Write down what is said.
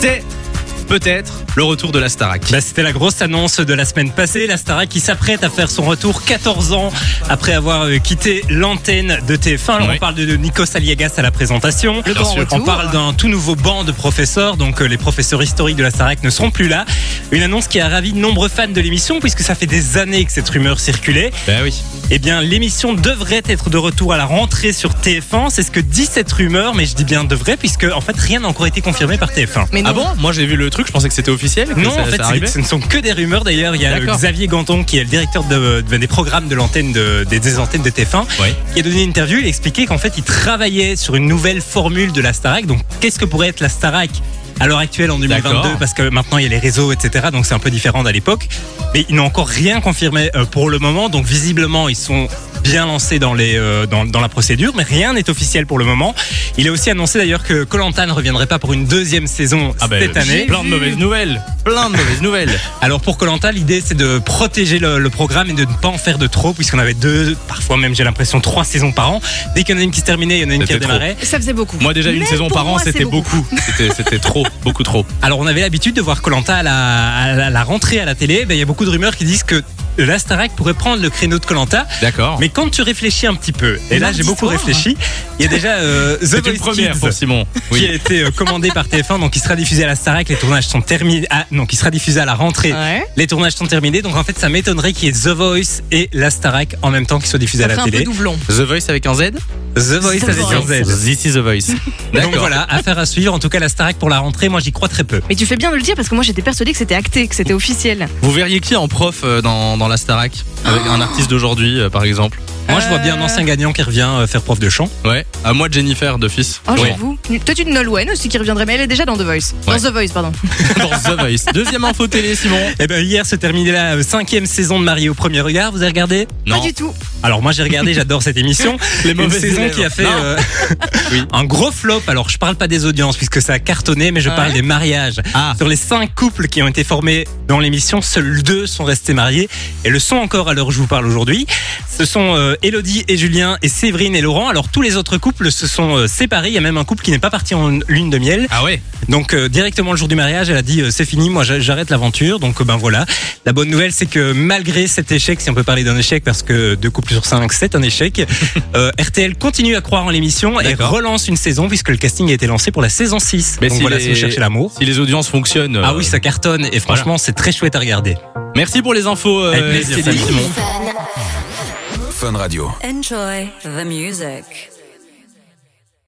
c'est peut-être le retour de la Starac. Bah, C'était la grosse annonce de la semaine passée. La Starac qui s'apprête à faire son retour 14 ans après avoir euh, quitté l'antenne de TF1. Alors, Oui. On parle de de Nikos Aliagas à la présentation. Bien grand sûr. retour. On parle d'un tout nouveau banc de professeurs, donc euh, les professeurs historiques de la Starac ne seront plus là. Une annonce qui a ravi de nombreux fans de l'émission, puisque ça fait des années que cette rumeur circulait. Bah oui. Eh bien, l'émission devrait être de retour à la rentrée sur TF1. C'est ce que dit cette rumeur, mais je dis bien devrait, puisque en fait rien n'a encore été confirmé par TF1. Mais non. Ah bon Moi j'ai vu le truc, je pensais que c'était officiel. que Non, ça- en fait, ça c'est- arrivait. ce ne sont que des rumeurs. D'ailleurs, il y a D'accord. Xavier Ganton, qui est le directeur de- de- des programmes de l'antenne de- des, des antennes de TF1, Ouais. qui a donné une interview. Il expliquait qu'en fait, il travaillait sur une nouvelle formule de la Starac. Donc, qu'est-ce que pourrait être la Starac à l'heure actuelle en 2022 D'accord. Parce que maintenant, il y a les réseaux, etc. Donc, c'est un peu différent d'à l'époque. Mais ils n'ont encore rien confirmé euh, pour le moment. Donc, visiblement, ils sont bien lancés dans, les, euh, dans, dans la procédure, mais rien n'est officiel pour le moment. Il a aussi annoncé d'ailleurs que Colanta ne reviendrait pas pour une deuxième saison Ah bah, cette année. Plein de mauvaises nouvelles. Plein de mauvaises nouvelles. Alors pour Colanta, l'idée c'est de protéger le, le programme et de ne pas en faire de trop, puisqu'on avait deux, parfois même j'ai l'impression trois saisons par an. Dès qu'il y en a une qui se terminait, il y en a une qui C'était trop. redémarrait. Ça faisait beaucoup. Moi déjà une Mais saison pour par an moi, c'est c'était beaucoup. C'était- C'était trop, beaucoup trop. Alors on avait l'habitude de voir Colanta à la, à la- à la rentrée à la télé. Ben, il y a beaucoup de rumeurs qui disent que la Starac pourrait prendre le créneau de Colanta. D'accord. Mais quand tu réfléchis un petit peu, et là Mardi j'ai beaucoup soir. réfléchi, il y a déjà euh, The C'est Voice une première Kids. pour Simon. qui Oui. a été euh, commandé par TF1, donc il sera diffusé à la Starac. Les tournages sont terminés. Ah, non, qui sera diffusé à la rentrée. Ouais. Les tournages sont terminés, donc en fait, ça m'étonnerait qu'il y ait The Voice et la Starac en même temps qui soient diffusés Ça à ferait la un peu télé. doublon. The Voice avec un Z The Voice The avec Voice. un Z. This is The Voice. Donc voilà, affaire à suivre. En tout cas, la Starac pour la rentrée, moi j'y crois très peu. Mais tu fais bien de le dire parce que moi j'étais persuadée que c'était acté, que c'était officiel. Vous verriez qui en prof euh, dans, dans la Starac Avec un artiste d'aujourd'hui, euh, par exemple Moi, je vois bien un Euh. ancien gagnant qui revient euh, faire prof de chant. Ouais. À moi, Jennifer de Fils. Oh, Oui. j'avoue. Toi, tu de Nolwenn aussi qui reviendrait, mais elle est déjà dans The Voice. Ouais. Dans The Voice, pardon. dans The Voice. Deuxième info télé, Simon. Et ben hier se terminait la euh, cinquième saison de Marie au premier regard. Vous avez regardé Non. Pas du tout. Alors moi j'ai regardé, j'adore cette émission. Les Une mauvaises saison élèves. qui a fait Non. euh, Oui. un gros flop. Alors je parle pas des audiences puisque ça a cartonné, mais je Ouais. parle des mariages. Ah. Sur les cinq couples qui ont été formés dans l'émission, seuls deux sont restés mariés et le sont encore à l'heure où je vous parle aujourd'hui. Ce sont euh, Élodie et Julien et Séverine et Laurent. Alors tous les autres couples se sont euh, séparés. Il y a même un couple qui n'est pas parti en lune de miel. Ah ouais Donc euh, directement le jour du mariage, elle a dit euh, c'est fini, moi j'a- j'arrête l'aventure. Donc euh, ben voilà. La bonne nouvelle, c'est que malgré cet échec, si on peut parler d'un échec, parce que deux couples sur cinq, c'est un échec, euh, RTL continue à croire en l'émission et D'accord. relance une saison puisque le casting a été lancé pour la saison 6. Mais Donc si voilà, les- si vous cherchez l'amour. Si les audiences fonctionnent. euh, Ah oui, ça cartonne et franchement, c'est très chouette à regarder. Merci pour les infos, euh, Avec plaisir, Céline. salut. Simon. Fun Radio. Enjoy the music.